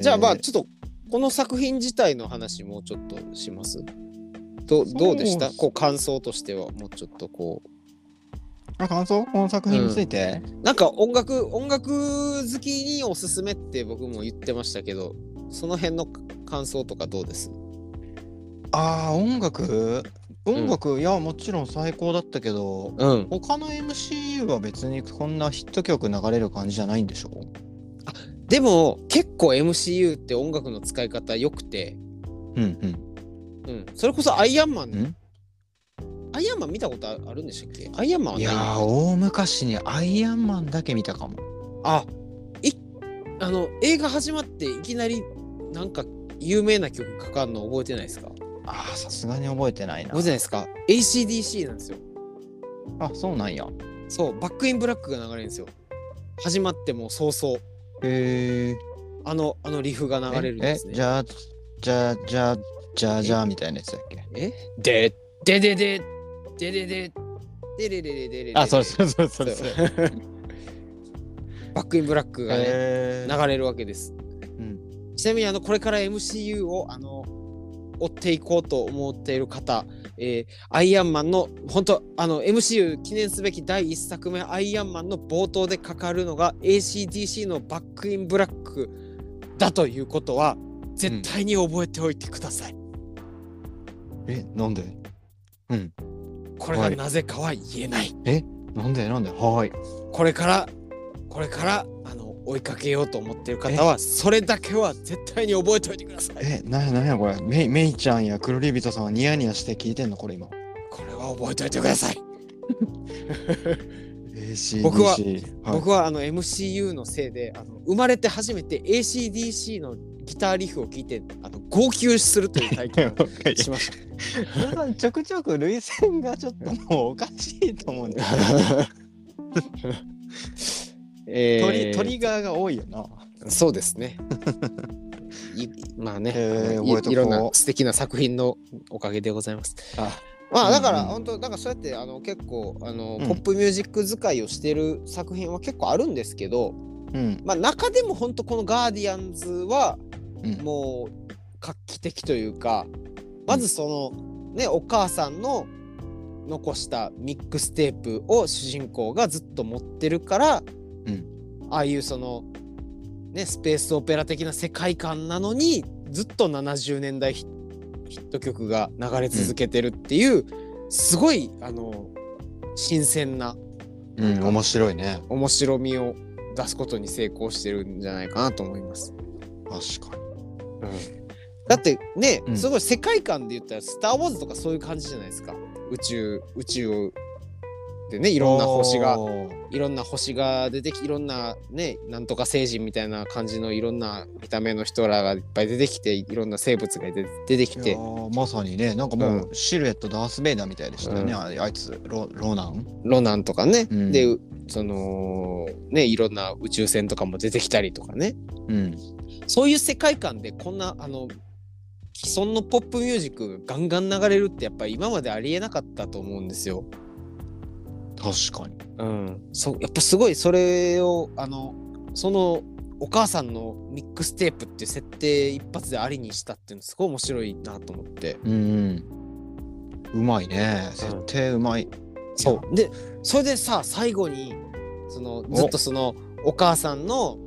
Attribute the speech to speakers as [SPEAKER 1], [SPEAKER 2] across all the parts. [SPEAKER 1] じゃあまあちょっとこの作品自体の話もうちょっとしますどどうでした
[SPEAKER 2] そう
[SPEAKER 1] こう感想としてはもうちょっとこ
[SPEAKER 2] あ感想この作品について、
[SPEAKER 1] うなんか音楽音楽好きにおすすめって僕も言ってましたけどその辺の感想とかどうです
[SPEAKER 2] ああ音楽音楽、いやもちろん最高だったけど
[SPEAKER 1] うん
[SPEAKER 2] 他の MC は別にこんなヒット曲流れる感じじゃないんでしょ
[SPEAKER 1] でも結構 MCU って音楽の使い方良くて、
[SPEAKER 2] うん
[SPEAKER 1] うん、それこそアイアンマ
[SPEAKER 2] う
[SPEAKER 1] ン
[SPEAKER 2] ん。
[SPEAKER 1] アイアンマン見たことあるんでしたっけアイアンマンはない
[SPEAKER 2] いやー大昔にアイアンマンだけ見たかも。
[SPEAKER 1] あいあの映画始まっていきなりなんか有名な曲かかんの覚えてないですか
[SPEAKER 2] ああさすがに覚えてないな
[SPEAKER 1] 覚え。てないですか ACDC なんですよ
[SPEAKER 2] あそうなんや。
[SPEAKER 1] そうバックインブラックが流れるんですよ始まってもう早々
[SPEAKER 2] へえ。
[SPEAKER 1] あのあのリフが流れるん
[SPEAKER 2] え
[SPEAKER 1] ですね
[SPEAKER 2] じゃあじゃあじゃあじゃあじゃあみたいなやつだっけ
[SPEAKER 1] えででででででででででででで
[SPEAKER 2] あそうそうそうそうう
[SPEAKER 1] そ
[SPEAKER 2] そうう。
[SPEAKER 1] バックインブラックがね
[SPEAKER 2] へー
[SPEAKER 1] 流れるわけです
[SPEAKER 2] うん
[SPEAKER 1] ちなみにあのこれから MCU をあの追っていこうと思っている方、えーアイアンマンの本当あの MCU 記念すべき第1作目アイアンマンの冒頭でかかるのが ACDC のバックインブラックだということは絶対に覚えておいてください、
[SPEAKER 2] えなんで
[SPEAKER 1] これがなぜかは言えない
[SPEAKER 2] なんでなんではーい。
[SPEAKER 1] これからこれからあの追いかけようと思っている方はそれだけは絶対に覚えておいてください
[SPEAKER 2] えななんやこれメイメイちゃんや黒リビトさんはニヤニヤして聞いてんのこれ今。
[SPEAKER 1] これは覚えておいてください
[SPEAKER 2] ACDC
[SPEAKER 1] 僕は
[SPEAKER 2] はい、
[SPEAKER 1] 僕はあの MCU のせいであの生まれて初めて ACDC のギターリフを聞いてあの号泣するという体 験をしました
[SPEAKER 2] 皆さんちょくちょく涙腺がちょっともうおかしいと思うんだよね。
[SPEAKER 1] え
[SPEAKER 2] トリトリガーが多いよな。
[SPEAKER 1] そうですねいまあね、
[SPEAKER 2] えー
[SPEAKER 1] あの
[SPEAKER 2] 覚えとこ
[SPEAKER 1] いういろんな素敵な作品のおかげでございます
[SPEAKER 2] あ
[SPEAKER 1] まあだから、
[SPEAKER 2] うんうん
[SPEAKER 1] 本当なんかそうやってあの結構あの、
[SPEAKER 2] うん
[SPEAKER 1] ポップミュージック使いをしてる作品は結構あるんですけど、
[SPEAKER 2] うん。
[SPEAKER 1] まあ、中でも本当この「ガーディアンズ」は
[SPEAKER 2] うん
[SPEAKER 1] もう画期的というかまずそのねお母さんの残したミックステープを主人公がずっと持ってるから、
[SPEAKER 2] うん
[SPEAKER 1] ああいうそのねスペースオペラ的な世界観なのにずっと70年代ヒヒット曲が流れ続けてるっていう、すごいあの新鮮な
[SPEAKER 2] うん、面白いね。
[SPEAKER 1] 面白みを出すことに成功してるんじゃないかなと思います。
[SPEAKER 2] 確か
[SPEAKER 1] だってね、
[SPEAKER 2] うん
[SPEAKER 1] すごい世界観で言ったら「スター・ウォーズ」とかそういう感じじゃないですか宇宙宇宙でねい
[SPEAKER 2] い
[SPEAKER 1] ろんな星が
[SPEAKER 2] う
[SPEAKER 1] いろんな星が出てきいろんなねなんとか星人みたいな感じのいろんな見た目の人らがいっぱい出てきていろんな生物が出て出てきて
[SPEAKER 2] まさにね、なんかもうシルエットダース・ベイダーみたいでしたよね、
[SPEAKER 1] う
[SPEAKER 2] ああいつロ、ロナン。
[SPEAKER 1] ロナンとかね、
[SPEAKER 2] うん
[SPEAKER 1] でそのねいろんな宇宙船とかも出てきたりとかね
[SPEAKER 2] うん。
[SPEAKER 1] そういう世界観でこんなあの既存のポップミュージックがガンガン流れるってやっぱり今までありえなかったと思うんですよ。
[SPEAKER 2] 確かに。
[SPEAKER 1] うん、そやっぱすごいそれをあのそのお母さんのミックステープっていう設定一発でありにしたっていうのすごい面白いなと思って
[SPEAKER 2] うん。うまいね。設定うまい。
[SPEAKER 1] そうでそれでさ最後にそのずっとそのお母さんの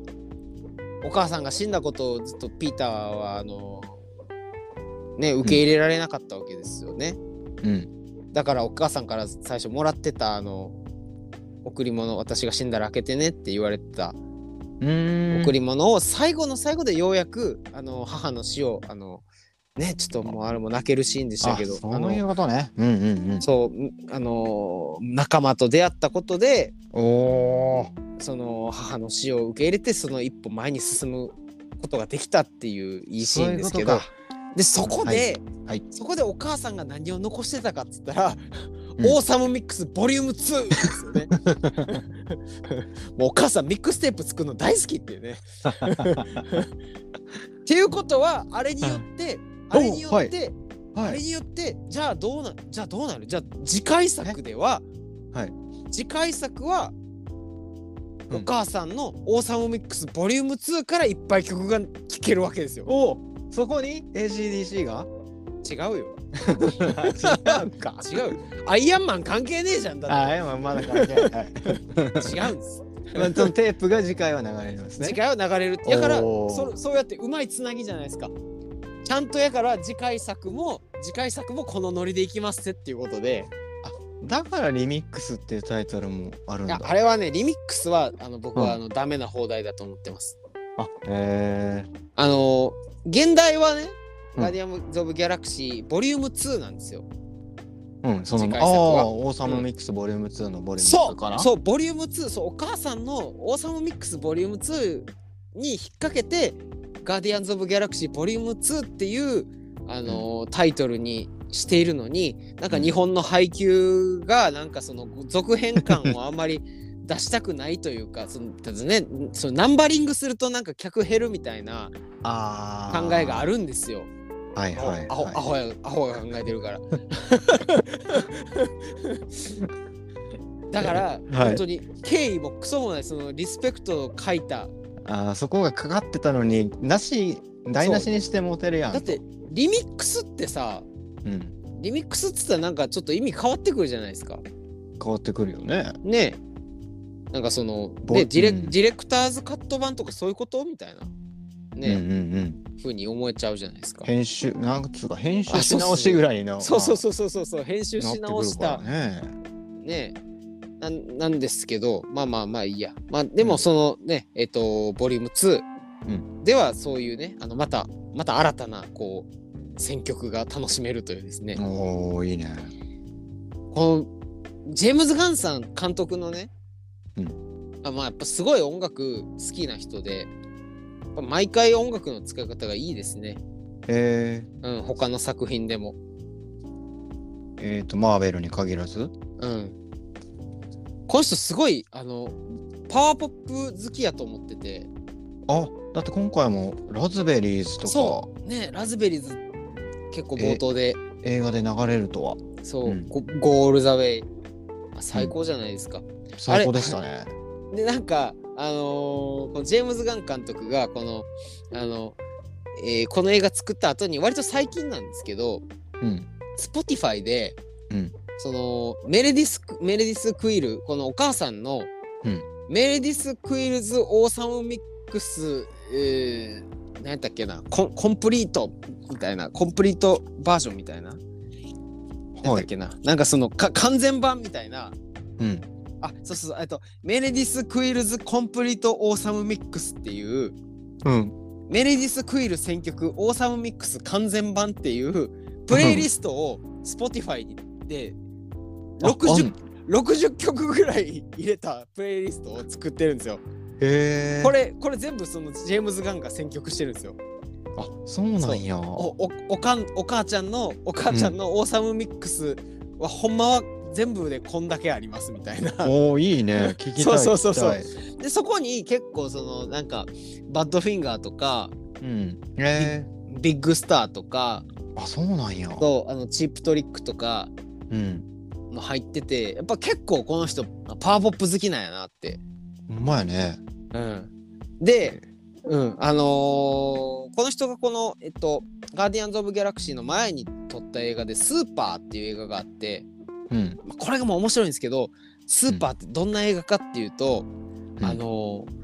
[SPEAKER 1] お母さんが死んだことをずっとピーターはあのね受け入れられなかったわけですよね、
[SPEAKER 2] うん。
[SPEAKER 1] だからお母さんから最初もらってたあの贈り物私が死んだら開けてねって言われてた
[SPEAKER 2] うーん。
[SPEAKER 1] 贈り物を最後の最後でようやくあの母の死をあのねちょっともうあれも泣けるシーンでしたけど
[SPEAKER 2] あ
[SPEAKER 1] あ
[SPEAKER 2] そういう
[SPEAKER 1] の
[SPEAKER 2] ことね。うんうんうん。
[SPEAKER 1] そうあの仲間と出会ったことで
[SPEAKER 2] おー。
[SPEAKER 1] その母の死を受け入れてその一歩前に進むことができたっていういいシ
[SPEAKER 2] そう
[SPEAKER 1] ーン
[SPEAKER 2] いう
[SPEAKER 1] で
[SPEAKER 2] こ
[SPEAKER 1] す
[SPEAKER 2] と
[SPEAKER 1] けど
[SPEAKER 2] か。
[SPEAKER 1] でそこで、
[SPEAKER 2] はいはい
[SPEAKER 1] そこでお母さんが何を残してたかっつったら「
[SPEAKER 2] うん
[SPEAKER 1] オーサムミックスボリューム2」ですよね。 もうお母さんミックステープ作るの大好きってい うね。っていうことはあれによって
[SPEAKER 2] あ
[SPEAKER 1] あれによって、
[SPEAKER 2] おはい
[SPEAKER 1] あ
[SPEAKER 2] は
[SPEAKER 1] れ
[SPEAKER 2] い。
[SPEAKER 1] によってじゃあどうなじゃあどうなるじゃあ次回作では、
[SPEAKER 2] えはい
[SPEAKER 1] 次回作は、
[SPEAKER 2] うん
[SPEAKER 1] お母さんの「オーサムミックスボリューム2からいっぱい曲が聴けるわけですよ。
[SPEAKER 2] おそこに ACDC が
[SPEAKER 1] 違うよ。
[SPEAKER 2] 違うか
[SPEAKER 1] 違うよ。アイアンマン関係ねえじゃんだっ
[SPEAKER 2] あーまあまだ関係ない、はい
[SPEAKER 1] て違うんです。
[SPEAKER 2] まあ、そのテープが次回は流れますね
[SPEAKER 1] 次回は流れるって。やから
[SPEAKER 2] おー
[SPEAKER 1] そそうやってうまいつなぎじゃないですか。ちゃんとやから次回作も次回作もこのノリでいきますってっていうことで
[SPEAKER 2] だからリミックスっていうタイトルもあるん
[SPEAKER 1] い
[SPEAKER 2] だ
[SPEAKER 1] やあれはねリミックスはあの僕
[SPEAKER 2] うん
[SPEAKER 1] はあの、ダメな放題だと思ってます。
[SPEAKER 2] あへえ
[SPEAKER 1] あの現代はね「
[SPEAKER 2] うん
[SPEAKER 1] ガーディアンズ・オブ・ギャラクシー」ボリューム2なんですよ。
[SPEAKER 2] うんそのあ
[SPEAKER 1] 次回
[SPEAKER 2] あ
[SPEAKER 1] 作は
[SPEAKER 2] ー王様ミックスボリューム2のボリュー
[SPEAKER 1] そ
[SPEAKER 2] ム2かな
[SPEAKER 1] うそうボリューム2そうお母さんの「王様ミックスボリューム2」に引っ掛けて「ガーディアンズ・オブ・ギャラクシーボリューム2」っていう、あのータイトルにしているのになんか日本の配給がなんかその続編感をあんまり 出したくないというかそのただねそのナンバリングするとなんか客減るみたいな
[SPEAKER 2] ああ
[SPEAKER 1] 考えがあ
[SPEAKER 2] る
[SPEAKER 1] るんですよ。
[SPEAKER 2] はいはい、はい、
[SPEAKER 1] アホアホやアホが考えてるから。だから、本当に敬意もクソもないそのリスペクトを書いた。
[SPEAKER 2] あーそこがかかってたのになし台無しにしてモテるやん
[SPEAKER 1] だってリミックスってさ
[SPEAKER 2] うん、
[SPEAKER 1] リミックスっつったらなんかちょっと意味変わってくるじゃないですか。
[SPEAKER 2] 変わってくるよね
[SPEAKER 1] ねえ。なんかその、
[SPEAKER 2] ぼ
[SPEAKER 1] ねディレ
[SPEAKER 2] うん
[SPEAKER 1] ディレクターズカット版とかそういうことみたいな
[SPEAKER 2] うん
[SPEAKER 1] ね、
[SPEAKER 2] うんうん
[SPEAKER 1] ふうに思えちゃうじゃないですか。
[SPEAKER 2] 編集なんつうか編集
[SPEAKER 1] あ
[SPEAKER 2] し
[SPEAKER 1] そうそう
[SPEAKER 2] 直しぐらいの
[SPEAKER 1] そうそうそうそうそうそう編集
[SPEAKER 2] なって
[SPEAKER 1] し
[SPEAKER 2] くる
[SPEAKER 1] 直した
[SPEAKER 2] からね
[SPEAKER 1] ねなんなんですけどまあまあまあいいやまあで
[SPEAKER 2] う
[SPEAKER 1] も
[SPEAKER 2] ん
[SPEAKER 1] そのね、えっ、とボリューム
[SPEAKER 2] う
[SPEAKER 1] 2ではそういうねあのまたまた新たなこう選曲が楽しめるというですね、
[SPEAKER 2] おおいいね
[SPEAKER 1] このジェームズ・ガンさん監督のね、
[SPEAKER 2] うん
[SPEAKER 1] あまあやっぱすごい音楽好きな人でやっぱ毎回音楽の使い方がいいですね、
[SPEAKER 2] え
[SPEAKER 1] うん、他の作品でも、
[SPEAKER 2] ー、えー、とマーベルに限らず
[SPEAKER 1] うん、この人すごいあのパワーポップ好きやと思ってて
[SPEAKER 2] あだって今回もラズベリーズと
[SPEAKER 1] そうねラズベリーズ結構冒頭で
[SPEAKER 2] か映画で流れるとは
[SPEAKER 1] そう、
[SPEAKER 2] うん
[SPEAKER 1] ゴゴール・ザ・ウェイあ最高じゃないですか、
[SPEAKER 2] 最高でしたね
[SPEAKER 1] でなんかあのーこのジェームズ・ガン監督がこのあの、えーこの映画作った後に割と最近なんですけど
[SPEAKER 2] うん、
[SPEAKER 1] Spotify で、
[SPEAKER 2] うん
[SPEAKER 1] そのメレディスメレディス・クイルこのお母さんの、
[SPEAKER 2] うん
[SPEAKER 1] メレディス・クイルズ・オーサム・ミックス、えー何やったっけなコンコンプリートみたいなコンプリートバージョンみたいななん
[SPEAKER 2] は
[SPEAKER 1] だっ
[SPEAKER 2] い、
[SPEAKER 1] けな、なんかそのか完全版みたいな
[SPEAKER 2] うん、
[SPEAKER 1] あそうそうそうえっとメレディス・クイルズ・コンプリート・オーサム・ミックスっていう
[SPEAKER 2] うん、
[SPEAKER 1] メレディス・クイル選曲オーサム・ミックス完全版っていうプレイリストを Spotify で
[SPEAKER 2] あ
[SPEAKER 1] 60, 60曲ぐらい入れたプレイリストを作ってるんですよ。
[SPEAKER 2] あんへえ
[SPEAKER 1] これこれ全部そのジェームズ・ガンが選曲してるんですよ。
[SPEAKER 2] あそうなんや
[SPEAKER 1] おおおかんお母ちゃんのお母ちゃんのオーサム・ミックスは、ほんまは全部でこんだけありますみたいな。
[SPEAKER 2] おーいいね聞きたい
[SPEAKER 1] そうそうそうそう
[SPEAKER 2] 聞き
[SPEAKER 1] でそこに結構そのなんかバッドフィンガーとか
[SPEAKER 2] たいうんえ
[SPEAKER 1] ビッグスターとか
[SPEAKER 2] ー、あそうなんや
[SPEAKER 1] とあのチープトリックとか
[SPEAKER 2] うん
[SPEAKER 1] も入っててやっぱ結構この人パワーポップ好きなんやなって。
[SPEAKER 2] ほんまやね
[SPEAKER 1] うん、で、うん、あのーこの人がこの、えっと「ガーディアンズ・オブ・ギャラクシー」の前に撮った映画で「スーパー」っていう映画があって、
[SPEAKER 2] うん
[SPEAKER 1] まあこれがもう面白いんですけどスーパーってどんな映画かっていうと、
[SPEAKER 2] うん
[SPEAKER 1] あのー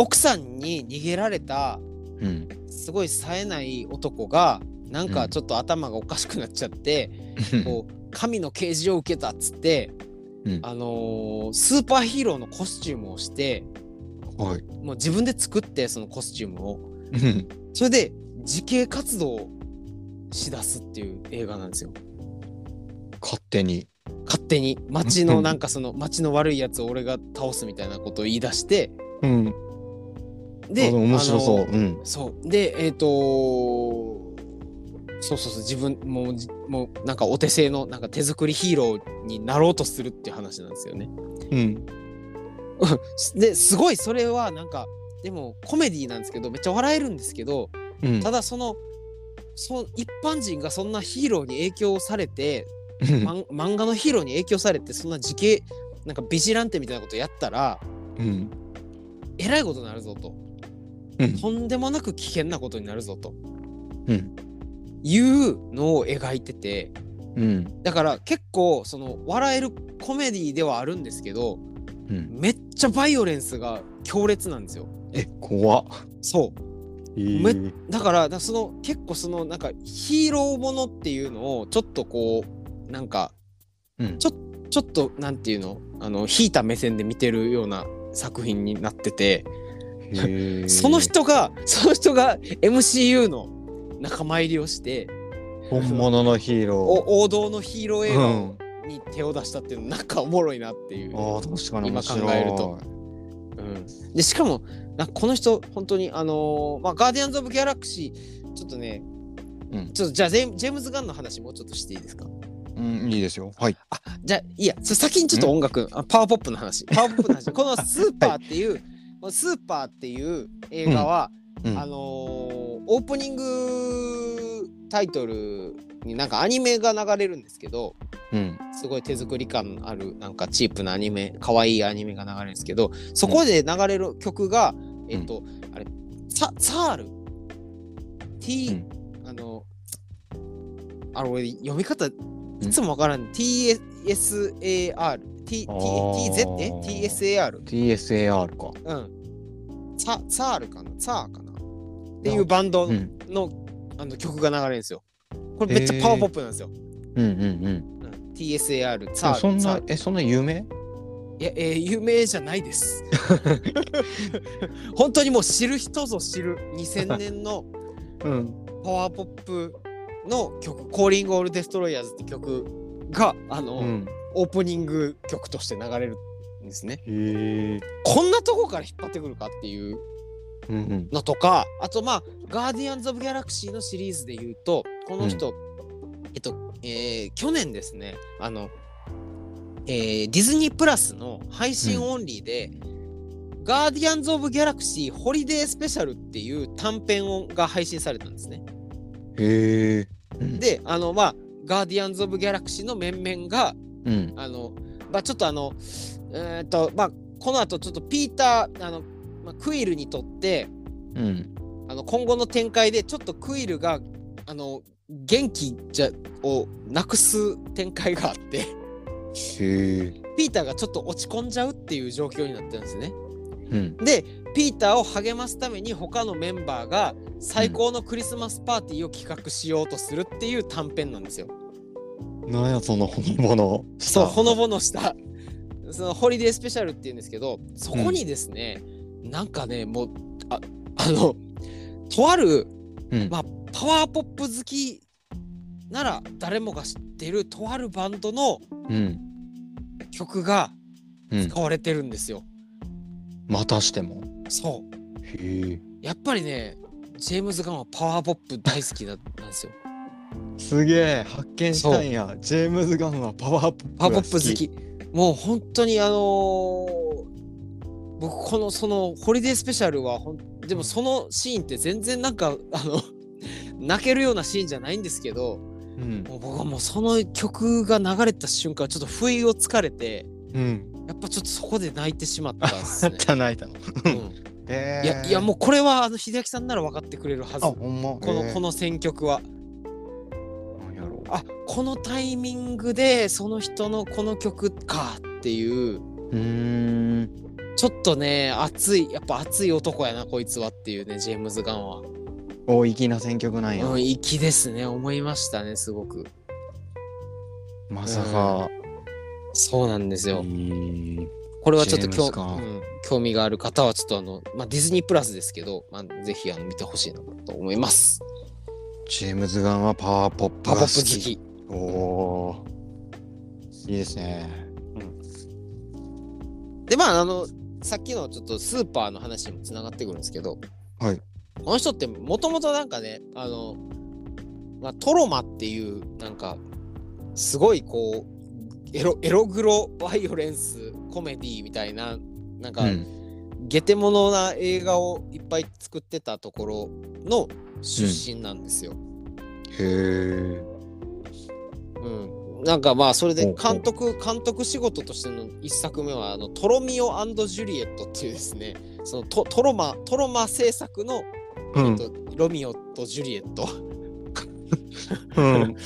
[SPEAKER 1] 奥さんに逃げられた
[SPEAKER 2] うん
[SPEAKER 1] すごい冴えない男がなん
[SPEAKER 2] う
[SPEAKER 1] か
[SPEAKER 2] ん
[SPEAKER 1] ちょっと頭がおかしくなっちゃって、こう神の啓示を受けたっつって、
[SPEAKER 2] うん
[SPEAKER 1] あのースーパーヒーローのコスチュームをして
[SPEAKER 2] はい
[SPEAKER 1] もう自分で作ってそのコスチュームを
[SPEAKER 2] うん
[SPEAKER 1] それで自警活動をしだすっていう映画なんですよ
[SPEAKER 2] 勝手に
[SPEAKER 1] 勝手に町のなんかその町の悪いやつを俺が倒すみたいなことを言い出して
[SPEAKER 2] うん
[SPEAKER 1] で
[SPEAKER 2] あ面白
[SPEAKER 1] あ
[SPEAKER 2] そ
[SPEAKER 1] の
[SPEAKER 2] ううん
[SPEAKER 1] そうでえっ、とそうそうそう自分もうじもうなんかお手製のなんか手作りヒーローになろうとするっていう話なんですよね。
[SPEAKER 2] うん
[SPEAKER 1] ですごいそれはなんかでもコメディなんですけどめっちゃ笑えるんですけど
[SPEAKER 2] うん
[SPEAKER 1] ただそのそう一般人がそんなヒーローに影響されて、
[SPEAKER 2] うん
[SPEAKER 1] まん漫画のヒーローに影響されてそんな時系なんかビジランテみたいなことやったら
[SPEAKER 2] うん
[SPEAKER 1] えらいことになるぞと、
[SPEAKER 2] うん
[SPEAKER 1] とんでもなく危険なことになるぞと、
[SPEAKER 2] うん
[SPEAKER 1] いうのを描いてて
[SPEAKER 2] うん
[SPEAKER 1] だから結構その笑えるコメディではあるんですけど
[SPEAKER 2] うん
[SPEAKER 1] めっちゃバイオレンスが強烈なんですよ。
[SPEAKER 2] え怖っ
[SPEAKER 1] そう
[SPEAKER 2] え
[SPEAKER 1] めだからだからその結構そのなんかヒーローものっていうのをちょっとこうなんか
[SPEAKER 2] うん
[SPEAKER 1] ちょっとなんていうのあの引いた目線で見てるような作品になってて
[SPEAKER 2] へー
[SPEAKER 1] その人がその人が MCU の仲間入りをして
[SPEAKER 2] 本物のヒーロ
[SPEAKER 1] お王道のヒーロー
[SPEAKER 2] ー
[SPEAKER 1] 映
[SPEAKER 2] うん
[SPEAKER 1] 画に手を出したっていうのなんかおもろいなっていう。
[SPEAKER 2] ああ確かに面白い
[SPEAKER 1] 今考えるとうん、でしかもなんかこの人本当にあのーまあ、ガーディアンズ・オブ・ギャラクシーちょっとね、
[SPEAKER 2] うん
[SPEAKER 1] ちょっとじゃあジェームジェームズ・ガンの話もうちょっとしていいですか
[SPEAKER 2] うんいいですよはい
[SPEAKER 1] あじゃあいいやそれ先にちょっと音楽あパワーポップの話パワーポップの話この「スーパー」っ ていう、このスーパー」っていう映画は、
[SPEAKER 2] うん
[SPEAKER 1] あのーオープニングタイトルになんかアニメが流れるんですけど
[SPEAKER 2] うん
[SPEAKER 1] すごい手作り感あるなんかチープなアニメ可愛いアニメが流れるんですけどそこで流れる曲が、えっとあれサツァール T、あのあれ俺読み方いつもわからん、TSAR T T
[SPEAKER 2] あー
[SPEAKER 1] TZ え TSAR
[SPEAKER 2] TSAR か
[SPEAKER 1] うんサツァールかなツァーかなっていうバンド
[SPEAKER 2] うん
[SPEAKER 1] の,、あの曲が流れるんですよこれめっちゃパワーポップなんですよ、
[SPEAKER 2] うんうんうん
[SPEAKER 1] うん、TSAR ツ
[SPEAKER 2] でも
[SPEAKER 1] ァール
[SPEAKER 2] そん
[SPEAKER 1] ツァー
[SPEAKER 2] な
[SPEAKER 1] ル
[SPEAKER 2] えそんな有名
[SPEAKER 1] いや、えー有名じゃない です。本当にもう知る人ぞ知る2000年の
[SPEAKER 2] うん
[SPEAKER 1] パワーポップの曲「コーリング・オール・デストロイヤーズ」って曲があの、
[SPEAKER 2] うん
[SPEAKER 1] オープニング曲として流れるんですね。
[SPEAKER 2] へえ
[SPEAKER 1] こんなとこから引っ張ってくるかっていう
[SPEAKER 2] うんうん
[SPEAKER 1] のとかあとまあ「ガーディアンズ・オブ・ギャラクシー」のシリーズで言うとこの人、えっと、えー去年ですねあの、えーディズニープラスの配信オンリーで「ガーディアンズ・オブ・ギャラクシーホリデースペシャル」っていう短編をが配信されたんですね。
[SPEAKER 2] へえうん
[SPEAKER 1] であのまあガーディアンズ・オブ・ギャラクシーの面々が
[SPEAKER 2] うん
[SPEAKER 1] あの、まあ、ちょっとあの、えーっと、まあ、この後ちょっとピーター、あの、まあ、クイルにとって、
[SPEAKER 2] うん
[SPEAKER 1] あの今後の展開でちょっとクイルがあの元気じゃをなくす展開があって
[SPEAKER 2] へ え
[SPEAKER 1] ピーターがちょっと落ち込んじゃうっていう状況になってるんですね。
[SPEAKER 2] うん
[SPEAKER 1] でピーターを励ますために他のメンバーが最高のクリスマスパーティーを企画しようとするっていう短編なんですよ。
[SPEAKER 2] なんやそのほのぼの
[SPEAKER 1] そうほのぼのしたそのホリデースペシャルっていうんですけどそこにですね、なんかねもうああのとある
[SPEAKER 2] うん
[SPEAKER 1] まあ、パワーポップ好きなら誰もが知ってるとあるバンドの
[SPEAKER 2] うん
[SPEAKER 1] 曲が
[SPEAKER 2] うん
[SPEAKER 1] 使われてるんですよ。
[SPEAKER 2] またしても
[SPEAKER 1] そう。
[SPEAKER 2] へえ
[SPEAKER 1] やっぱりね、ジェームズ・ガンはパワーポップ大好きだなんですよ。
[SPEAKER 2] すげえ発見したんやジェームズ・ガンはパワーポップ
[SPEAKER 1] パワーポップ好き。もう本当にあのー僕このそのホリデースペシャルはほんでもそのシーンって全然なんかあの 泣けるようなシーンじゃないんですけど
[SPEAKER 2] うん
[SPEAKER 1] もう僕はもうその曲が流れた瞬間ちょっと不意をつかれて
[SPEAKER 2] うん。
[SPEAKER 1] やっぱちょっとそこで泣いてしまったんですね
[SPEAKER 2] 叩いたの
[SPEAKER 1] うん
[SPEAKER 2] へえ
[SPEAKER 1] いやいやもうこれはあの秀明さんなら分かってくれるはず。
[SPEAKER 2] あ
[SPEAKER 1] こ
[SPEAKER 2] ほんま
[SPEAKER 1] のこの選曲は
[SPEAKER 2] のなんやろ
[SPEAKER 1] あこのタイミングでその人のこの曲かってい
[SPEAKER 2] う
[SPEAKER 1] う
[SPEAKER 2] ーん
[SPEAKER 1] ちょっとね熱いやっぱ熱い男やなこいつはっていうねジェームズ・ガンは、
[SPEAKER 2] 大粋な選曲なんや
[SPEAKER 1] うん、粋ですね思いましたねすごく
[SPEAKER 2] まさか
[SPEAKER 1] そうなんです
[SPEAKER 2] う
[SPEAKER 1] よ
[SPEAKER 2] ーん
[SPEAKER 1] これはちょっと
[SPEAKER 2] ジェームズ
[SPEAKER 1] 興,、
[SPEAKER 2] ガン
[SPEAKER 1] うん、興味がある方はちょっとあの、まあ、ディズニープラスですけど、まあ、ぜひあの見てほしいなと思います
[SPEAKER 2] ジェームズ・ガンはパワーポップ
[SPEAKER 1] パ
[SPEAKER 2] が
[SPEAKER 1] ワーポ
[SPEAKER 2] 好
[SPEAKER 1] ップ好
[SPEAKER 2] き
[SPEAKER 1] き
[SPEAKER 2] おおーいいですね
[SPEAKER 1] でまああのさっきのちょっとスーパーの話にもつながってくるんですけど、
[SPEAKER 2] はい
[SPEAKER 1] この人ってもともとなんかねあの、まあ、トロマっていうなんかすごいこうエロエログロバイオレンスコメディみたいななんか、
[SPEAKER 2] うん
[SPEAKER 1] ゲテモノな映画をいっぱい作ってたところの出身なんですよ。
[SPEAKER 2] へえ
[SPEAKER 1] うんなんかまあそれで
[SPEAKER 2] ほうほう
[SPEAKER 1] 監督監督仕事としての一作目はあのトロミオジュリエットっていうですねそのトトロマトロマ制作の、
[SPEAKER 2] う
[SPEAKER 1] えっ
[SPEAKER 2] ん。
[SPEAKER 1] と、ロミオとジュリエット
[SPEAKER 2] うん。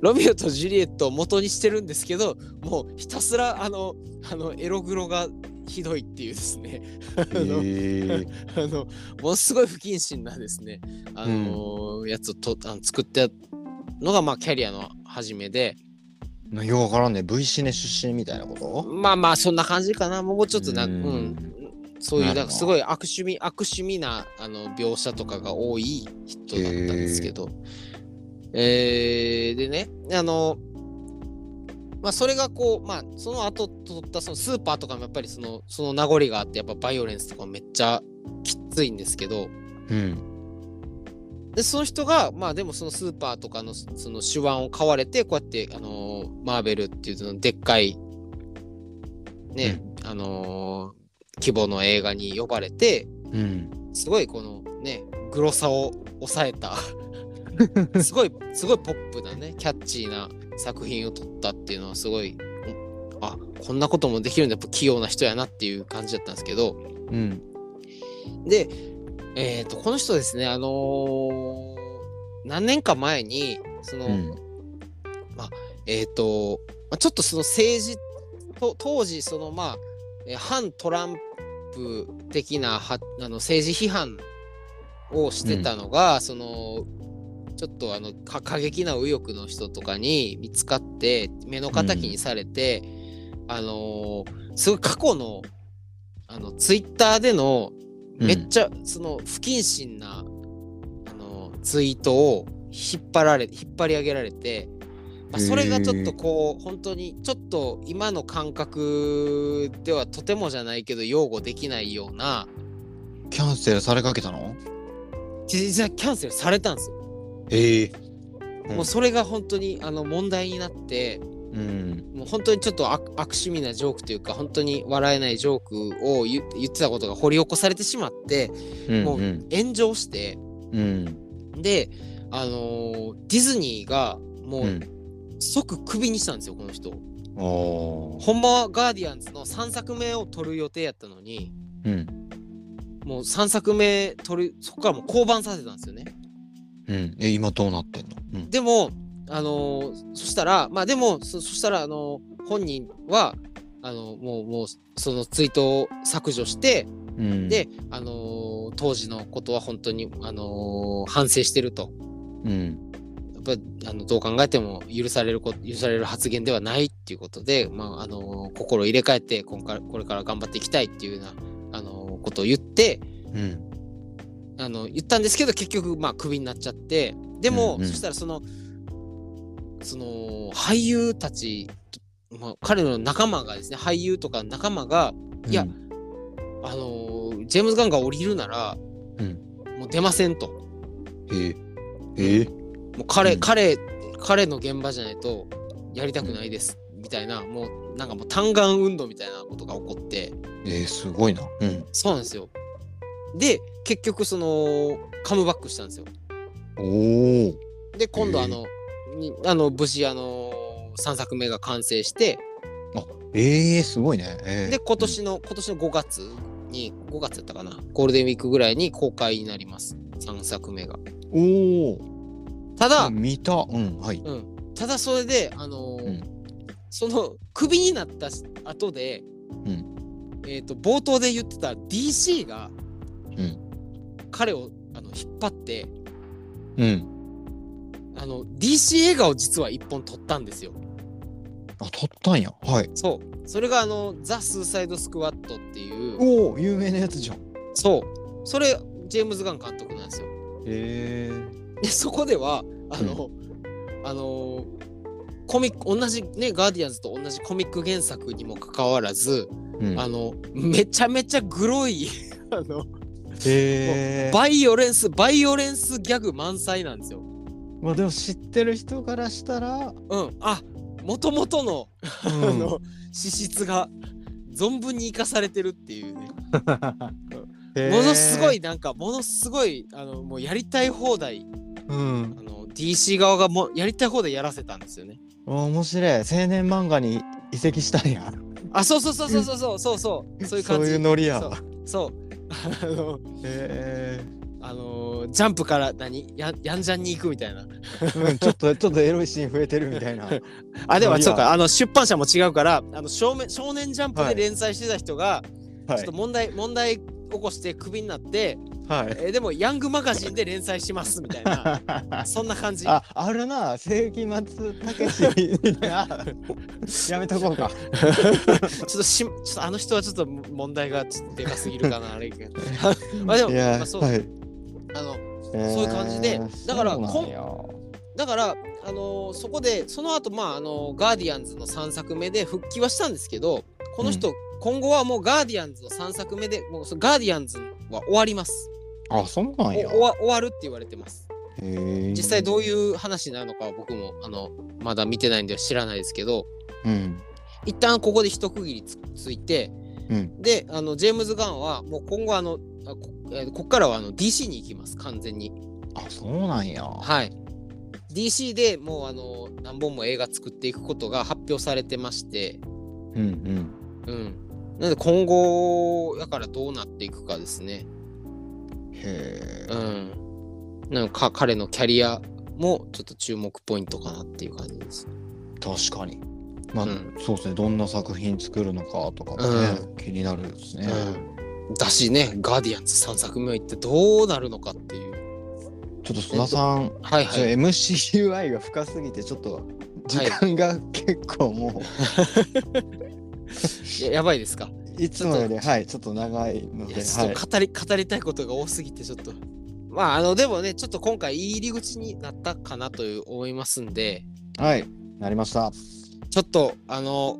[SPEAKER 1] ロミオとジュリエットを元にしてるんですけどもうひたすらあのあのエログロがひどいっていうですね あの
[SPEAKER 2] え
[SPEAKER 1] あのものすごい不謹慎なですね、あのやつをとあの作ったのがまあキャリアの初めで
[SPEAKER 2] え。ようわからんね。V シネ出身みたいなこと
[SPEAKER 1] まあまあそんな感じかなもうちょっとな
[SPEAKER 2] う
[SPEAKER 1] うんん、そういう
[SPEAKER 2] なるほど
[SPEAKER 1] なんかすごい悪趣味悪趣味なあの描写とかが多い人だったんですけど、えーでねあのまあそれがこうまあその後撮ったそのスーパーとかもやっぱりそのその名残があってやっぱバイオレンスとかもめっちゃきついんですけど、
[SPEAKER 2] うん。
[SPEAKER 1] でその人がまあでもそのスーパーとかのその手腕を買われてこうやって、あのーマーベルっていうそのでっかいね、あのー規模の映画に呼ばれて
[SPEAKER 2] うん。
[SPEAKER 1] すごいこのねグロさを抑えたすごいすごいポップなねキャッチーな作品を撮ったっていうのはすごいおあこんなこともできるんだやっぱ器用な人やなっていう感じだったんですけど、
[SPEAKER 2] うん。
[SPEAKER 1] で、えー、とこの人ですね、あのー何年か前にその、
[SPEAKER 2] うん。
[SPEAKER 1] えっ、と、まあ、ちょっとその政治と当時そのまあえー反トランプ的なはあの政治批判をしてたのが、そのちょっとあのか過激な右翼の人とかに見つかって目の敵にされて、あのーすごい過去のあのツイッターでのめっちゃその不謹慎なあのツイートを引っ張られ引っ張り上げられて、まあ、
[SPEAKER 2] へー
[SPEAKER 1] それがちょっとこう本当にちょっと今の感覚ではとてもじゃないけど擁護できないような
[SPEAKER 2] キャンセルされかけたの
[SPEAKER 1] 実はキャンセルされたんですよ。
[SPEAKER 2] ええ。うん
[SPEAKER 1] もうそれが本当にあの問題になって
[SPEAKER 2] うん。
[SPEAKER 1] もう本当にちょっと悪悪趣味なジョークというか本当に笑えないジョークを言言ってたことが掘り起こされてしまって
[SPEAKER 2] うん。
[SPEAKER 1] もう
[SPEAKER 2] うん。
[SPEAKER 1] 炎上して
[SPEAKER 2] うん。
[SPEAKER 1] で、あのーディズニーがも
[SPEAKER 2] う。
[SPEAKER 1] うん即クビにしたんですよ、この人。
[SPEAKER 2] おー
[SPEAKER 1] ほんまはガーディアンズの3作目を撮る予定やったのに、
[SPEAKER 2] うん。
[SPEAKER 1] もう3作目撮る、そこからもう降板させたんですよね。
[SPEAKER 2] うん。え、今どうなってんのうん。
[SPEAKER 1] でも、あのーそしたら、まあでも、そそしたら、あのー本人は、あのーもう、もう、そのツイートを削除して、
[SPEAKER 2] うん、
[SPEAKER 1] で、あのー当時のことは本当に、あのー反省してると。
[SPEAKER 2] うん。
[SPEAKER 1] やっぱりあのどう考えても許されること許される発言ではないっていうことで、まあ、あの心を入れ替えて今回これから頑張っていきたいっていうようなあのことを言って
[SPEAKER 2] うん。
[SPEAKER 1] あの言ったんですけど結局まあクビになっちゃってでも、
[SPEAKER 2] うんうん
[SPEAKER 1] そしたらそのその俳優たち、まあ、彼らの仲間がですね俳優とか仲間がいやあのジェームズ・ガンが降りるなら、
[SPEAKER 2] うん
[SPEAKER 1] もう出ませんと
[SPEAKER 2] ええ。ええ。
[SPEAKER 1] もう彼、
[SPEAKER 2] うん
[SPEAKER 1] 彼、彼の現場じゃないとやりたくないです、みたいな、もうなんかもう嘆願運動みたいなことが起こって、
[SPEAKER 2] ええ、すごいな。うん。
[SPEAKER 1] そうなんですよ。で、結局そのカムバックしたんですよ。
[SPEAKER 2] おお。
[SPEAKER 1] で、今度
[SPEAKER 2] へえ
[SPEAKER 1] あの、にあの無事あの3作目が完成して、
[SPEAKER 2] ええ、すごいね。ええ。
[SPEAKER 1] で、今年の、今年の5月に、5月やったかな、ゴールデンウィークぐらいに公開になります、3作目が。
[SPEAKER 2] おお。
[SPEAKER 1] ただ、
[SPEAKER 2] うん見た。うん、はい。
[SPEAKER 1] うん、ただそれで、あのー
[SPEAKER 2] うん
[SPEAKER 1] そのクビになったし後で、
[SPEAKER 2] うん
[SPEAKER 1] えー、と冒頭で言ってた DC が、
[SPEAKER 2] うん
[SPEAKER 1] 彼をあの引っ張って
[SPEAKER 2] うん。
[SPEAKER 1] あの DC 映画を実は1本撮ったんですよ。
[SPEAKER 2] あ、撮ったんや。はい。
[SPEAKER 1] そうそれがあの「ザ・スーサイド・スクワット」っていう
[SPEAKER 2] おお、有名なやつじゃん。
[SPEAKER 1] そうそれジェームズ・ガン監督なんですよ。
[SPEAKER 2] ええ。
[SPEAKER 1] でそこではあの、あのコミック同じねガーディアンズと同じコミック原作にもかかわらず、
[SPEAKER 2] うん。
[SPEAKER 1] あのめちゃめちゃグロい あの
[SPEAKER 2] ええ。
[SPEAKER 1] バイオレンスバイオレンスギャグ満載なんですよ。
[SPEAKER 2] まあ、でも知ってる人からしたら。
[SPEAKER 1] うん、あもともとの,、あの資質が存分に生かされてるっていうね、ものすご。いなんかものすごいあのもうやりたい放題
[SPEAKER 2] うん。
[SPEAKER 1] あの DC 側がもうやりたい方でやらせたんですよね。
[SPEAKER 2] あー面白い青年漫画に移籍したんや
[SPEAKER 1] あ、そうそうそうそうそうそうそうそう、そういう感じ。
[SPEAKER 2] いうノリや
[SPEAKER 1] そうそうあの、
[SPEAKER 2] え
[SPEAKER 1] あのージャンプから何ややんじゃんに行くみたいな。
[SPEAKER 2] ーうん、ちょっとちょっとエロいシーン増えてるみたいな
[SPEAKER 1] あ、で
[SPEAKER 2] ノ
[SPEAKER 1] も
[SPEAKER 2] リや
[SPEAKER 1] そうか、あの出版社も違うから、あの少年少年ジャンプ
[SPEAKER 2] は
[SPEAKER 1] で
[SPEAKER 2] い
[SPEAKER 1] 連載してた人が、ちょ
[SPEAKER 2] は
[SPEAKER 1] っ
[SPEAKER 2] い
[SPEAKER 1] と問題、問題起こしてクビになって、
[SPEAKER 2] はい
[SPEAKER 1] えーでもヤングマガジンで連載しますみた いな そんな感じ
[SPEAKER 2] ああるな世紀末たけし あやめとこうか
[SPEAKER 1] ちょっとしちょっとあの人はちょっと問題がちょっとでかすぎるかなあ れけどまあでも
[SPEAKER 2] い
[SPEAKER 1] ま
[SPEAKER 2] や
[SPEAKER 1] あそう、
[SPEAKER 2] はい
[SPEAKER 1] あの
[SPEAKER 2] そう
[SPEAKER 1] いう感じでだからこん
[SPEAKER 2] なんよ
[SPEAKER 1] だからあのーそこでその後まああのーガーディアンズの3作目で復帰はしたんですけどこの人、今後はもうガーディアンズの3作目でもうそのガーディアンズは終わります
[SPEAKER 2] あそうなん
[SPEAKER 1] お
[SPEAKER 2] や
[SPEAKER 1] 終わ終わるって言われてます
[SPEAKER 2] 実
[SPEAKER 1] 実際どういう話なのかは僕もあのまだ見てないんで知らないですけど
[SPEAKER 2] うん
[SPEAKER 1] 一旦ここで一区切りつついて、
[SPEAKER 2] うん
[SPEAKER 1] であのジェームズ・ガンはもう今後あのあこ,、えーこっからはあの DC に行きます完全に
[SPEAKER 2] あそうなんや
[SPEAKER 1] はい DC でもうあの何本も映画作っていくことが発表されてまして
[SPEAKER 2] うん
[SPEAKER 1] うんなので今後だからどうなっていくかですね
[SPEAKER 2] うんへ
[SPEAKER 1] う
[SPEAKER 2] え
[SPEAKER 1] んなんか彼のキャリアもちょっと注目ポイントかなっていう感じです
[SPEAKER 2] 確かにまあ、
[SPEAKER 1] うん
[SPEAKER 2] そうですねどんな作品作るのかとかもね、気になるですね、
[SPEAKER 1] うんだしねガーディアンズ3作目は一体どうなるのかっていう
[SPEAKER 2] ちょっと須田さん、
[SPEAKER 1] はいはい
[SPEAKER 2] ちょ MCUI が深すぎてちょっと時間が結構もう、
[SPEAKER 1] ややばいですか
[SPEAKER 2] い、つもよりはいちょっと長いの
[SPEAKER 1] い
[SPEAKER 2] で
[SPEAKER 1] やちょ
[SPEAKER 2] は
[SPEAKER 1] っ
[SPEAKER 2] い
[SPEAKER 1] と語り、語りたいことが多すぎてちょっとまああのでもねちょっと今回いい入り口になったかなという思いますんで
[SPEAKER 2] はいなりました
[SPEAKER 1] ちょっとあの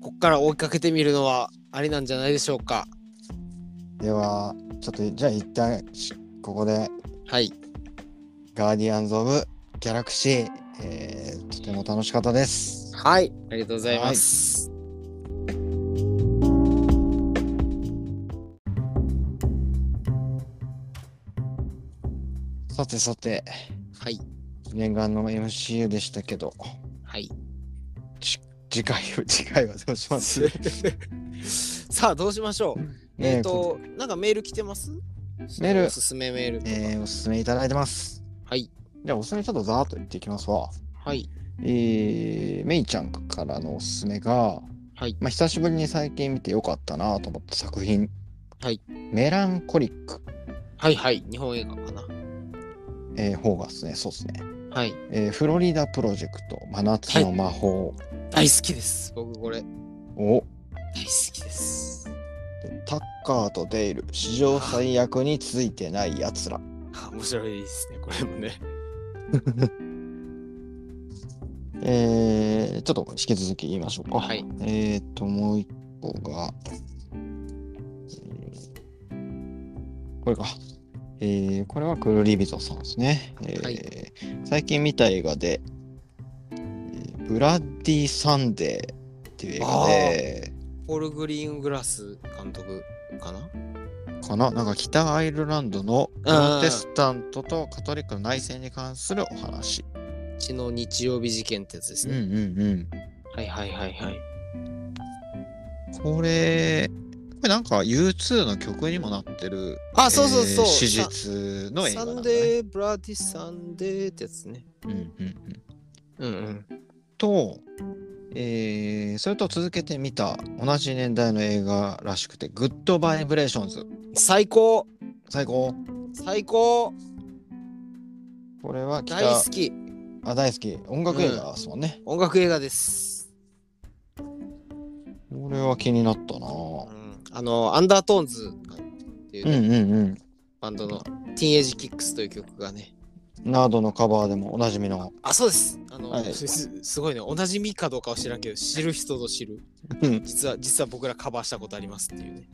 [SPEAKER 1] こっから追いかけてみるのはありなんじゃないでしょうか
[SPEAKER 2] ではちょっとじゃあ一旦しここで
[SPEAKER 1] はい
[SPEAKER 2] 「ガーディアンズ・オブ・ギャラクシー」えーとても楽しかったです
[SPEAKER 1] はいありがとうございます、
[SPEAKER 2] さてさて
[SPEAKER 1] はい、
[SPEAKER 2] 念願の MCU でしたけど
[SPEAKER 1] はい
[SPEAKER 2] 次回を次回はどうします
[SPEAKER 1] さあどうしましょう
[SPEAKER 2] ね
[SPEAKER 1] えっ、となんかメール来てます
[SPEAKER 2] メール
[SPEAKER 1] おすすめメールとか、
[SPEAKER 2] えーおすすめいただいてます
[SPEAKER 1] はい
[SPEAKER 2] じゃあおすすめちょっとざーっと言っていきますわ
[SPEAKER 1] はい
[SPEAKER 2] えー、メイちゃんからのおすすめが、
[SPEAKER 1] はい
[SPEAKER 2] まあ、久しぶりに最近見てよかったなと思った作品、
[SPEAKER 1] はい
[SPEAKER 2] メランコリック、
[SPEAKER 1] はいはい日本映画かな
[SPEAKER 2] えー、方がですね、そうですね、
[SPEAKER 1] はい
[SPEAKER 2] えーフロリダプロジェクト、真夏の魔法
[SPEAKER 1] 大好きです僕これ大好
[SPEAKER 2] を、
[SPEAKER 1] きです
[SPEAKER 2] タッカーとデイル、史上最悪についてないやつら。
[SPEAKER 1] あ面白いですねこれもね
[SPEAKER 2] えー、ちょっと引き続き言いましょうか。
[SPEAKER 1] はい
[SPEAKER 2] えーと、もう一個が、えーこれか。えー、これはクルリビトさんですね。えー
[SPEAKER 1] はい
[SPEAKER 2] 最近見た映画で、えーブラッディ・サンデーっていう映画で、
[SPEAKER 1] ポール・グリーングラス監督かな
[SPEAKER 2] かななんか北アイルランドのプロテスタントとカトリックの内戦に関するお話。
[SPEAKER 1] 血の日曜日事件ってやつです
[SPEAKER 2] うん
[SPEAKER 1] ね。
[SPEAKER 2] うんうん。
[SPEAKER 1] はいはいはいはい。
[SPEAKER 2] これ、これなんか U2 の曲にもなってる。
[SPEAKER 1] あ、そうそうそう。
[SPEAKER 2] えー史実の映
[SPEAKER 1] サ
[SPEAKER 2] 画なん
[SPEAKER 1] ン
[SPEAKER 2] だ、ね。
[SPEAKER 1] デー、ブラディサンデーってやつね。
[SPEAKER 2] うんうんうん
[SPEAKER 1] うんうん。
[SPEAKER 2] と、えーそれと続けて見た同じ年代の映画らしくて、グッドバイブレーションズ。
[SPEAKER 1] 最高
[SPEAKER 2] 最高。
[SPEAKER 1] 最高
[SPEAKER 2] これは北
[SPEAKER 1] 大好き
[SPEAKER 2] あ大好き。音楽映画ですもんね。
[SPEAKER 1] 音楽映画です。
[SPEAKER 2] これは気になったな
[SPEAKER 1] う
[SPEAKER 2] ぁ
[SPEAKER 1] ん、あの、アンダートーンズっていう
[SPEAKER 2] う
[SPEAKER 1] ね、
[SPEAKER 2] んうんうん。
[SPEAKER 1] バンドのティーンエイジキックスという曲がね。
[SPEAKER 2] ナードのカバーでもおなじみの。
[SPEAKER 1] あ、そうです。あの、
[SPEAKER 2] はい
[SPEAKER 1] すすごいね。おなじみかどうかは知らんけど、知る人ぞ知る。
[SPEAKER 2] うん
[SPEAKER 1] 実は、実は僕らカバーしたことありますっていうね。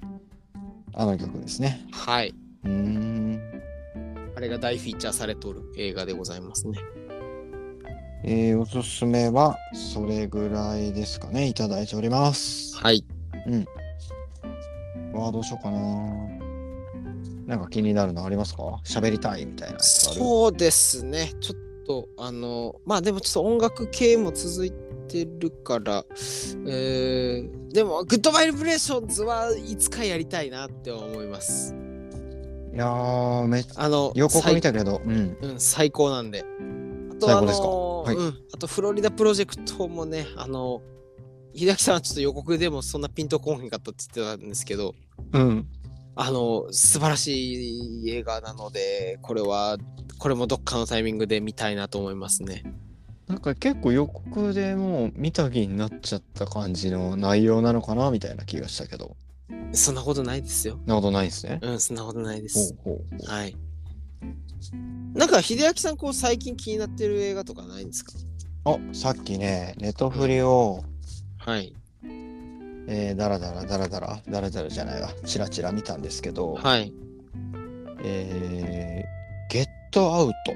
[SPEAKER 2] あの曲ですね。
[SPEAKER 1] はい。
[SPEAKER 2] うーん。
[SPEAKER 1] あれが大フィーチャーされておる映画でございますね。
[SPEAKER 2] えーおすすめはそれぐらいですかね。いただいております。
[SPEAKER 1] はい。
[SPEAKER 2] わあどうしようかななんか気になるのありますか喋りたいみたいなやつある
[SPEAKER 1] そうですね。ちょっとあのまあでもちょっと音楽系も続いてるから、えーでもグッドバイブレーションズはいつかやりたいなって思います
[SPEAKER 2] いやーめっ
[SPEAKER 1] あの
[SPEAKER 2] 予告見たけど、うん、
[SPEAKER 1] 最,、うん、最高なんであと
[SPEAKER 2] 最
[SPEAKER 1] あ
[SPEAKER 2] 高ですか
[SPEAKER 1] の、
[SPEAKER 2] はい
[SPEAKER 1] うん、あとフロリダプロジェクトもねあの秀樹さんはちょっと予告でもそんなピンとこんへんかったって言ってたんですけど
[SPEAKER 2] うん、
[SPEAKER 1] あの素晴らしい映画なのでこれはこれもどっかのタイミングで見たいなと思いますね
[SPEAKER 2] なんか結構予告でもう見た気になっちゃった感じの内容なのかなみたいな気がしたけど
[SPEAKER 1] そんなことないですよ
[SPEAKER 2] そんなことないですね、
[SPEAKER 1] うんそんなことないで
[SPEAKER 2] ほ
[SPEAKER 1] す
[SPEAKER 2] うほう
[SPEAKER 1] はいなんか秀明さんこう最近気になってる映画とかないんですか
[SPEAKER 2] あさっきねネトフリを、
[SPEAKER 1] はい
[SPEAKER 2] えー、だらだらだらだらだらだらじゃないわチラチラ見たんですけど、
[SPEAKER 1] はい
[SPEAKER 2] えー、ゲットアウト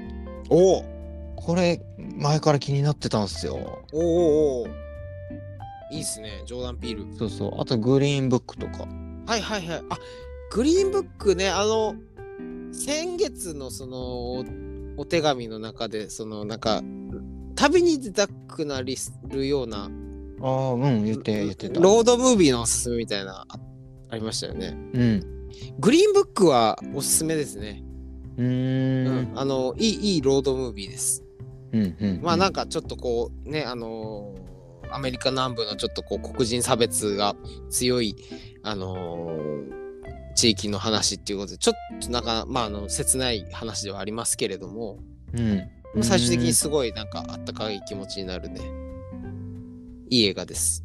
[SPEAKER 1] おお
[SPEAKER 2] これ前から気になってたんですよ
[SPEAKER 1] おおおおいいっすねジョーダン・ピール
[SPEAKER 2] そうそうあとグリーンブックとか
[SPEAKER 1] はいはいはいあグリーンブックねあの先月のそのおお手紙の中でそのなんか旅に出たくなりするような
[SPEAKER 2] ああうん言って言ってた
[SPEAKER 1] ロードムービーのおすすめみたいなあありましたよね
[SPEAKER 2] うん
[SPEAKER 1] グリーンブックはおすすめですね、
[SPEAKER 2] うーん
[SPEAKER 1] あのいいいいロードムービーです
[SPEAKER 2] うんうん
[SPEAKER 1] まあなんかちょっとこうねあのーアメリカ南部のちょっとこう黒人差別が強いあのー地域の話っていうことでちょっとなんかまああの切ない話ではありますけれども
[SPEAKER 2] うん
[SPEAKER 1] 最終的にすごいなんかあったかい気持ちになるねいい映画です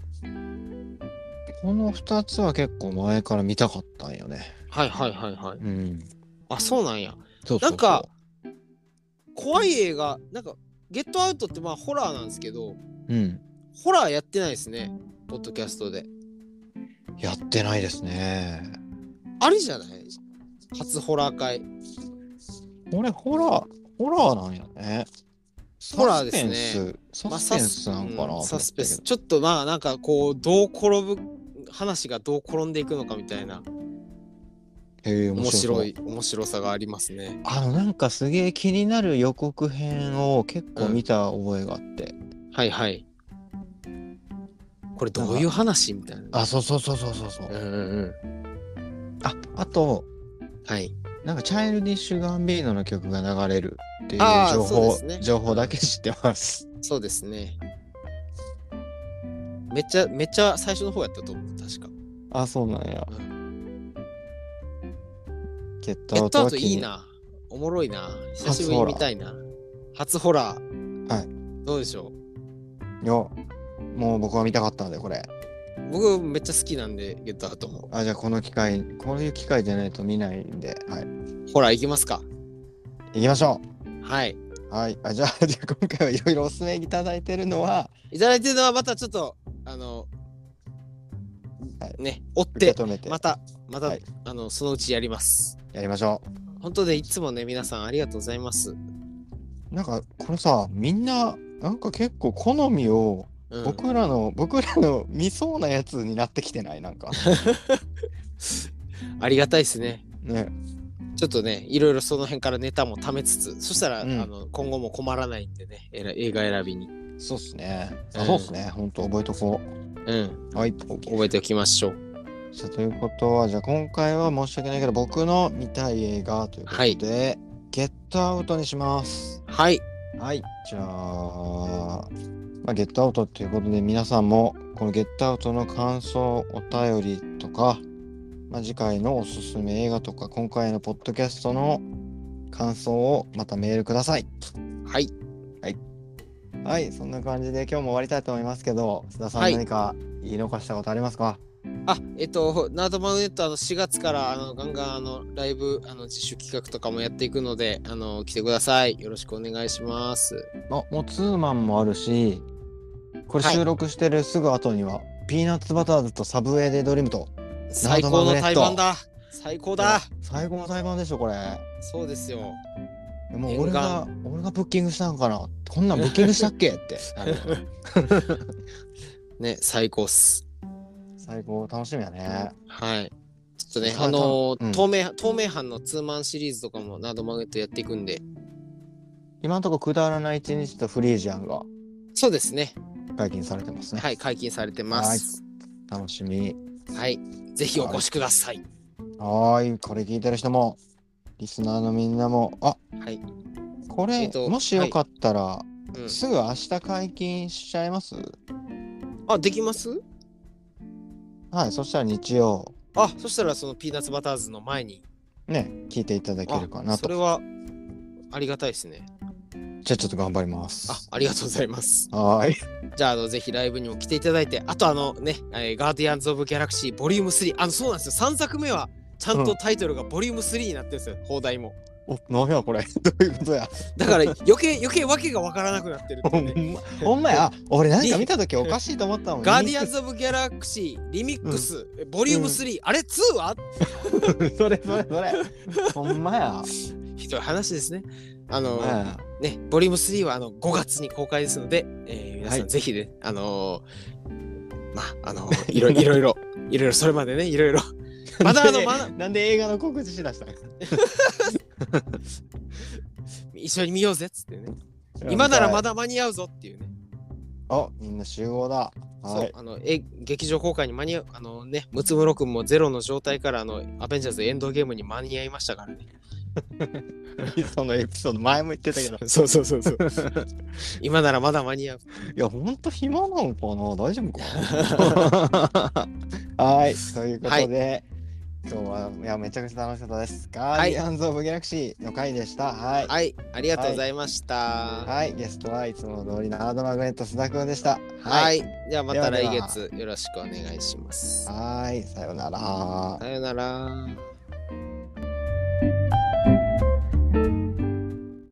[SPEAKER 2] この2つは結構前から見たかったんよね。
[SPEAKER 1] はいはいはいはい
[SPEAKER 2] うん。
[SPEAKER 1] あそうなんや
[SPEAKER 2] そうそうそう
[SPEAKER 1] なんか、怖い映画なんかゲットアウトってまあホラーなんですけど
[SPEAKER 2] うん。
[SPEAKER 1] ホラーやってないですねポッドキャストで
[SPEAKER 2] やってないですね。
[SPEAKER 1] ありじゃない初ホラー会
[SPEAKER 2] これ、ホラー、ホラーなんやね。
[SPEAKER 1] ホラーですね
[SPEAKER 2] サ
[SPEAKER 1] まあ
[SPEAKER 2] スペンス。サスペンスなのかな、
[SPEAKER 1] うんサスペンス
[SPEAKER 2] と
[SPEAKER 1] ちょっとまあなんかこうどう転ぶ話がどう転んでいくのかみたいな
[SPEAKER 2] 思ったけど。へえ、面
[SPEAKER 1] 面
[SPEAKER 2] 白
[SPEAKER 1] 白
[SPEAKER 2] い。
[SPEAKER 1] い面白さがありますね
[SPEAKER 2] あの、なんかすげえ気になる予告編を結構見た覚えがあって。
[SPEAKER 1] はいはいこれどういう話みたいな
[SPEAKER 2] あ、そうそうそうそうそうそう
[SPEAKER 1] うん。うんうん
[SPEAKER 2] あ、あと、
[SPEAKER 1] はい
[SPEAKER 2] なんかチャイルディッシュ・ガンビーノの曲が流れるっていう
[SPEAKER 1] あー
[SPEAKER 2] 情
[SPEAKER 1] そうで
[SPEAKER 2] 報、
[SPEAKER 1] すね
[SPEAKER 2] 情報だけ知って ます。
[SPEAKER 1] そうですねめっちゃめっちゃ最初の方やったと思う確か
[SPEAKER 2] あ、そうなんや
[SPEAKER 1] う。
[SPEAKER 2] ゲット
[SPEAKER 1] ゲ
[SPEAKER 2] ア
[SPEAKER 1] ッ
[SPEAKER 2] ウ
[SPEAKER 1] ト
[SPEAKER 2] ト
[SPEAKER 1] ア
[SPEAKER 2] は
[SPEAKER 1] ウトい
[SPEAKER 2] 気
[SPEAKER 1] い
[SPEAKER 2] に
[SPEAKER 1] な。おもろいな。久しぶりに見たいな。初ホラー。
[SPEAKER 2] はい
[SPEAKER 1] どうでしょ
[SPEAKER 2] いや、もう僕は見たかったんで、これ。
[SPEAKER 1] う僕めっちゃ好きなんで、ゲットアウトも。
[SPEAKER 2] あ、じゃあこの機会、こういう機会じゃないと見ないんで、はい。
[SPEAKER 1] ホラー行きますか
[SPEAKER 2] 行きましょ
[SPEAKER 1] はい。
[SPEAKER 2] うはい。あ、じゃあ、じゃ あ今回はいろいろおすすめいただいてるのは、
[SPEAKER 1] いただいてるのはまたちょっと、あの、
[SPEAKER 2] はい
[SPEAKER 1] ね、追っ
[SPEAKER 2] 受
[SPEAKER 1] て、
[SPEAKER 2] け止めて
[SPEAKER 1] また、また、
[SPEAKER 2] はい
[SPEAKER 1] あの、そのうちやります。
[SPEAKER 2] やりましょ
[SPEAKER 1] 本当でいつもね、皆さんありがとうございます。
[SPEAKER 2] う。なんか、これさ、みんな、なんか結構好みを、
[SPEAKER 1] うん、
[SPEAKER 2] 僕らの、僕らの見そうなやつになってきてない、なん か。
[SPEAKER 1] ありがたいですね。
[SPEAKER 2] ね。
[SPEAKER 1] ちょっとね、いろいろその辺からネタも貯めつつ、そしたら、
[SPEAKER 2] うん
[SPEAKER 1] あの今後も困らないんでね、えら映画選びに。
[SPEAKER 2] そうっすね。
[SPEAKER 1] う
[SPEAKER 2] あ
[SPEAKER 1] ん
[SPEAKER 2] そうっすね。ほんと、覚えとこ
[SPEAKER 1] うん、
[SPEAKER 2] う。はい。
[SPEAKER 1] 覚えておきましょう。
[SPEAKER 2] さあということはじゃあ今回は申し訳ないけど僕の見たい映画ということで、
[SPEAKER 1] はい
[SPEAKER 2] ゲットアウトにします
[SPEAKER 1] はい。
[SPEAKER 2] はいじゃあ、まあ、ゲットアウトということで皆さんもこのゲットアウトの感想お便りとか、まあ、次回のおすすめ映画とか今回のポッドキャストの感想をまたメールください
[SPEAKER 1] はい。
[SPEAKER 2] はいそんな感じで今日も終わりたいと思いますけど須田さん
[SPEAKER 1] はい
[SPEAKER 2] 何か言い残したことありますか、
[SPEAKER 1] あ、えっと、ナートマグネット、あの、4月から、あの、ガンガン、あの、ライブ、あの、自主企画とかもやっていくので、あの、来てください。よろしくお願いします。
[SPEAKER 2] あもうツーマンもあるしこれ
[SPEAKER 1] はい
[SPEAKER 2] 収録してるすぐ後には、ピーナッツバターズとサブウェイでドリームと
[SPEAKER 1] 最高の対バンだ。最高だ。
[SPEAKER 2] 最高の対バンでしょこれ
[SPEAKER 1] そうですよ。
[SPEAKER 2] も
[SPEAKER 1] 念
[SPEAKER 2] う俺が俺がブッキングしたんかなこんなんブッキングしたっけってなるよ
[SPEAKER 1] ね、最高っす。
[SPEAKER 2] 最高楽しみやね
[SPEAKER 1] はい。ちょっとね、
[SPEAKER 2] そ
[SPEAKER 1] あ
[SPEAKER 2] れは
[SPEAKER 1] の
[SPEAKER 2] うん
[SPEAKER 1] 透明、透明版のツーマンシリーズとかも、ナートマグネットやっていくんで、
[SPEAKER 2] 今のところくだらない一日とフリージアンが
[SPEAKER 1] そうですね。
[SPEAKER 2] 解禁されてますね。
[SPEAKER 1] はい、解禁されてます。
[SPEAKER 2] 楽しみ。
[SPEAKER 1] はい、ぜひお越しください。
[SPEAKER 2] はーい、これ聞いてる人も、リスナーのみんなも、あ
[SPEAKER 1] はい、
[SPEAKER 2] これ、
[SPEAKER 1] えっと
[SPEAKER 2] もしよかったら、
[SPEAKER 1] うん、
[SPEAKER 2] すぐ明日解禁しちゃいます
[SPEAKER 1] あ、できます
[SPEAKER 2] はい、そしたら日曜、
[SPEAKER 1] あ、そしたらそのピーナッツバターズの前に。
[SPEAKER 2] ね、聞いていただけるかな
[SPEAKER 1] あそれ
[SPEAKER 2] と。
[SPEAKER 1] はありがたいですね。
[SPEAKER 2] じゃあちょっと頑張りま
[SPEAKER 1] あ
[SPEAKER 2] す。、
[SPEAKER 1] ありがとうございます。
[SPEAKER 2] はーい。
[SPEAKER 1] じゃああのぜひライブにも来ていただいて、あとあのね、えーガーディアンズ・オブ・ギャラクシーボリューム3、あのそうなんですよ、3作目はちゃんとタイトルがボリューム3になってるんですよ、放題も。
[SPEAKER 2] お、何やこれ。 どういうことや。
[SPEAKER 1] だから余計、余計わけがわからなくなってるって
[SPEAKER 2] ほ
[SPEAKER 1] いうね。
[SPEAKER 2] んま、ほんまや。あ俺なんか見たときおかしいと思ったもん。
[SPEAKER 1] ガーディアンズ・オブ・ギャラクシーリミックス、えボリューム3、あれ2は
[SPEAKER 2] それそれそれ。ほんまや。
[SPEAKER 1] ひどい話ですね。あの、
[SPEAKER 2] ね
[SPEAKER 1] ね、ボリューム3はあの5月に公開ですので、えー皆さ
[SPEAKER 2] は
[SPEAKER 1] ん
[SPEAKER 2] い
[SPEAKER 1] ぜひね、あのーまあ、あのーいろいろ、いろいろ、いろいろそれまでね、いろいろ。まだあの、まだ、
[SPEAKER 2] なんで映画の告知しだしたの
[SPEAKER 1] 一緒に見ようぜっつってね。今ならま。だ間に合うぞっていうね。
[SPEAKER 2] あ、みんな集合だ。
[SPEAKER 1] そ
[SPEAKER 2] は
[SPEAKER 1] う
[SPEAKER 2] い。
[SPEAKER 1] あのえ劇場公開に間に合うあのねムツムロ君もゼロの状態からあのアベンジャーズエンドゲームに間に合いましたからね
[SPEAKER 2] そのエピソード前も言ってたけど。
[SPEAKER 1] そうそうそうそう 今ならまだ間に合う
[SPEAKER 2] いや、ほんと暇なのかな大丈夫かなはい。ということで、今日は、いや、めちゃくちゃ楽しかったです。ガー
[SPEAKER 1] い
[SPEAKER 2] ディアンズ・オブ・ギャラクシーの回でした。はい。
[SPEAKER 1] はいありがとうございましたは
[SPEAKER 2] はい。ゲストはいつもの通りのハードマグネット須田くんでした。。
[SPEAKER 1] い、はいい、じゃあまた
[SPEAKER 2] ではで
[SPEAKER 1] 来
[SPEAKER 2] は
[SPEAKER 1] 月よろしくお願いします
[SPEAKER 2] はい。さようなら。
[SPEAKER 1] さよなら